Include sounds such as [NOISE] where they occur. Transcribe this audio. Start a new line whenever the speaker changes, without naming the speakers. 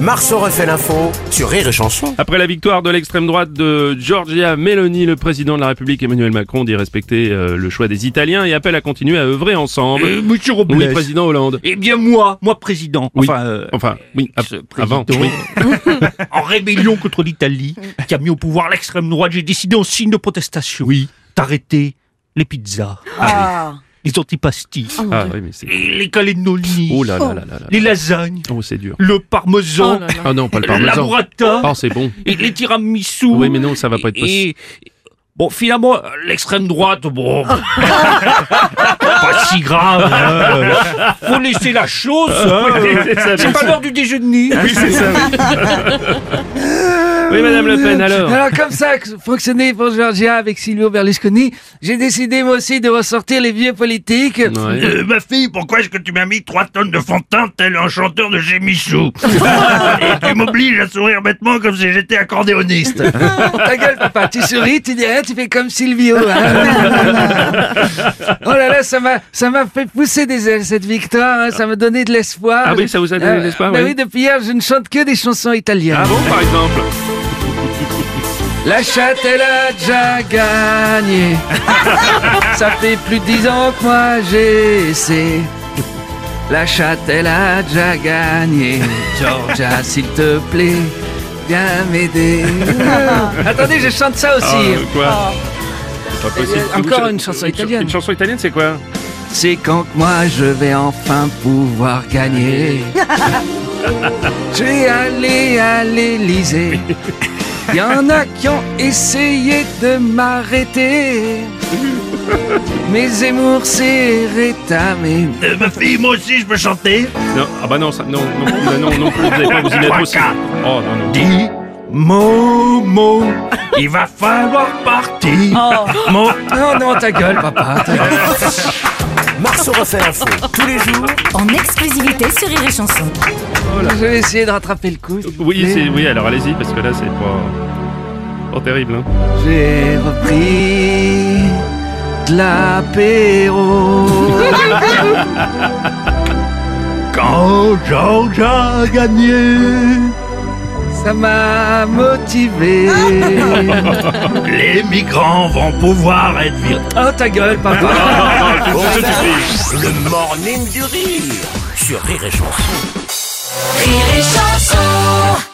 Marceau refait l'info sur Rire et Chanson.
Après la victoire de l'extrême droite de Giorgia Meloni, le président de la République Emmanuel Macron dit respecter euh, le choix des Italiens et appelle à continuer à œuvrer ensemble.
Euh, monsieur Robles.
oui, président Hollande.
Eh bien moi, moi président,
Oui.
enfin, euh,
Enfin, oui, av-
ce président.
avant. oui.
[LAUGHS] en rébellion contre l'Italie, qui a mis au pouvoir l'extrême droite, j'ai décidé en signe de protestation oui. d'arrêter les pizzas,
Ah,
les antipastis,
Oh.
Ah oui, mais c'est.
et les calénolis,
Oh là là là là là.
les lasagnes,
Oh, c'est dur.
le
oh
parmesan,
là là.
Ah non, pas le
la
parmesan.
burrata,
Oh, c'est bon.
et les tiramisu.
Oui, mais non, ça va pas être
[LAUGHS]
possible.
Et, bon, finalement, l'extrême droite, bon,
[LAUGHS]
pas si grave.
[LAUGHS]
hein. Faut laisser la chose. hein. C'est pas l'heure du déjeuner.
Oui, Madame Le Pen, alors.
comme ça que fonctionnait pour Georgia avec Silvio Berlusconi, j'ai décidé moi aussi de ressortir les vieux politiques.
Ouais.
Euh, ma fille, pourquoi est-ce que tu m'as mis 3 tonnes de fond de teint tel un chanteur de chez Michou Et tu m'obliges à sourire bêtement comme si j'étais accordéoniste. Euh,
Ta gueule, papa, tu souris, tu dis rien, tu fais comme Silvio.
[LAUGHS]
hein. oh là là, ça m'a, ça m'a fait pousser des ailes cette victoire, hein, ça m'a donné de l'espoir.
Ah oui, ça vous a donné de l'espoir,
bah
oui.
oui. depuis hier, je ne chante que des chansons italiennes.
Ah bon, par exemple
La chatte, elle a déjà gagné. Ça fait plus de dix ans que moi j'essaie. La chatte, elle a déjà gagné. Georgia, s'il te plaît, viens m'aider. Attendez, je chante ça
Ah,
aussi.
euh, Quoi C'est pas possible.
Euh, encore
Vous-
une chanson
ch-
italienne.
Une chanson italienne, c'est quoi
C'est quand que moi je vais enfin pouvoir gagner.
[LAUGHS]
Je vais aller à l'Élysée. Il y en a qui ont essayé de m'arrêter. Mais Zemmour s'est rétamé.
Euh, ma fille, moi aussi, je peux chanter.
Non, ah bah non, ça, non, non, bah non, non, plus, vous n'allez pas vous y mettre aussi. Oh non, non.
Dis, Momo, il va falloir partir.
Oh.
Mon-
Non, non, ta gueule, papa. ta gueule.
Marceau refait l'info tous les jours
en exclusivité sur Rire et Chanson.
Je vais essayer de rattraper le coup. s'il vous
Oui,
plaît.
c'est, oui, alors allez-y, parce que là, c'est pas, pas terrible. Hein.
J'ai repris
[LAUGHS]
de l'apéro.
Quand George a gagné,
Ça m'a
Ah.
motivé.
les migrants vont pouvoir être virés.
Oh, ta gueule, papa.
[LAUGHS]
Le morning du rire sur Rire et Chanson.
Rire et Chanson